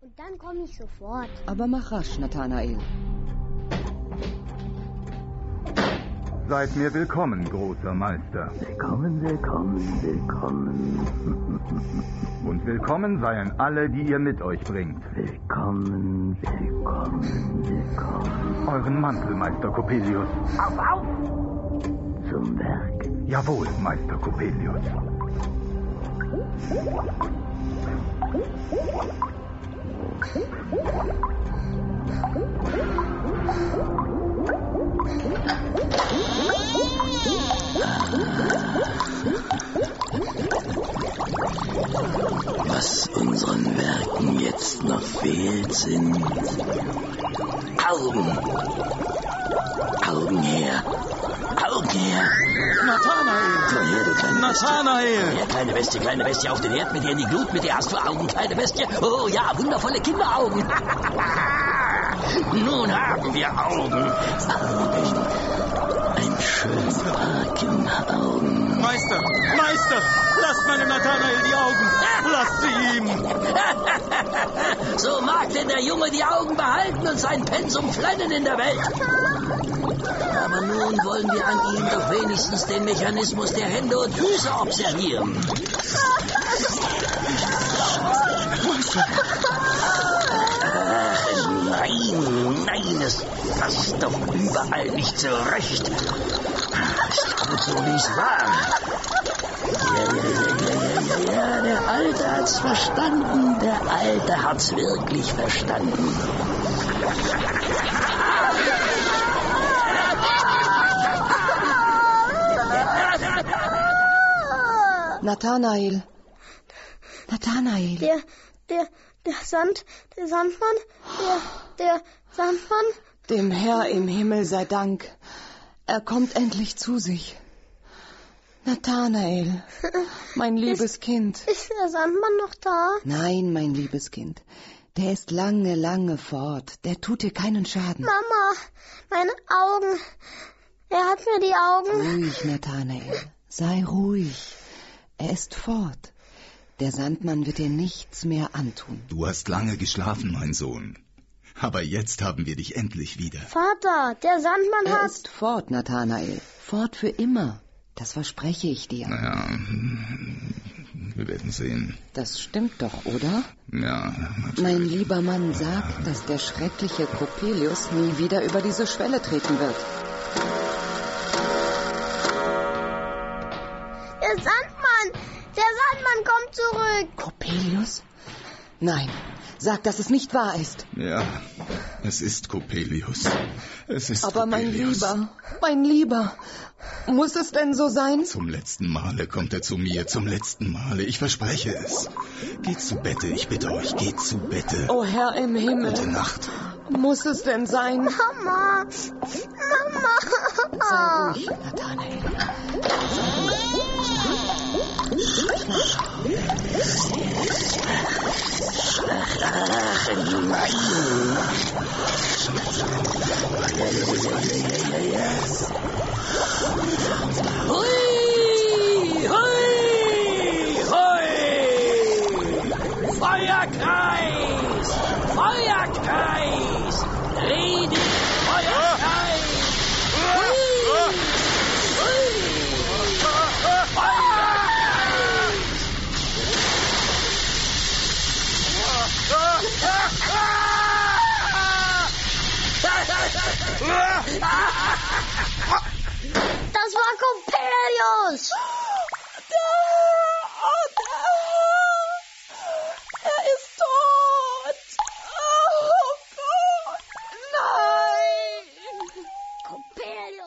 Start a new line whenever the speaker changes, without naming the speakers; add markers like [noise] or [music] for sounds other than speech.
Und dann komme ich sofort.
Aber mach rasch, Nathanael.
Seid mir willkommen, großer Meister.
Willkommen, willkommen, willkommen.
Und willkommen seien alle, die ihr mit euch bringt.
Willkommen, willkommen, willkommen.
Euren Mantel, Meister Coppelius.
Auf, auf! Zum Werk.
Jawohl, Meister Coppelius.
Was unseren Werken jetzt noch fehlt, sind Augen. Augen her. Augen her.
Nathanael!
Komm her, du kleine
Nathanael!
Bestie. Komm her, kleine Bestie, kleine Bestie, auf den Herd mit dir in die Glut, mit dir hast du Augen, kleine Bestie. Oh ja, wundervolle Kinderaugen. [laughs] Nun haben wir Augen. Augen. Ein schönes Paar Kinderaugen.
Meister, Meister, lasst meinem Nathanael die Augen. Lasst sie
ihm. [laughs] so mag denn der Junge die Augen behalten und sein Pensum flennen in der Welt. Aber nun wollen wir an ihm doch wenigstens den Mechanismus der Hände und Füße observieren.
Meister.
Ach, nein, nein, es passt doch überall nicht zurecht. Ist gut so, wie es war. Ja, ja, ja, ja, ja, der Alte hat's verstanden. Der Alte hat's wirklich verstanden.
Nathanael. Nathanael.
Der, der, der Sand, der Sandmann, der, der Sandmann.
Dem Herr im Himmel sei Dank. Er kommt endlich zu sich. Nathanael, [laughs] mein liebes
ist,
Kind.
Ist der Sandmann noch da?
Nein, mein liebes Kind. Der ist lange, lange fort. Der tut dir keinen Schaden.
Mama, meine Augen. Er hat mir die Augen.
Ruhig, Nathanael. Sei ruhig. Er ist fort. Der Sandmann wird dir nichts mehr antun.
Du hast lange geschlafen, mein Sohn. Aber jetzt haben wir dich endlich wieder.
Vater, der Sandmann
er
hat.
Er ist fort, Nathanael. Fort für immer. Das verspreche ich dir.
Naja, wir werden sehen.
Das stimmt doch, oder?
Ja.
Mein lieber Mann sagt, dass der schreckliche Coppelius nie wieder über diese Schwelle treten wird.
Der Sandmann! Der Sandmann kommt zurück!
Coppelius? Nein, sag, dass es nicht wahr ist.
Ja, es ist Coppelius. Es ist
Aber
Coppelius.
mein Lieber, mein Lieber, muss es denn so sein?
Zum letzten Male kommt er zu mir, zum letzten Male. Ich verspreche es. Geht zu Bette, ich bitte euch, geht zu Bette.
O oh Herr im Himmel.
Gute Nacht.
Muss es denn sein?
Mama! Mama!
Sei ruhig, Oh, Nathanael.
Ach, nein. Hui, hui, hui. Feuerkreis, Feuerkreis, rede Feuerkreis. Hui, hui. Feuerkreis.
Das war Coppelius! Ah, Ah, oh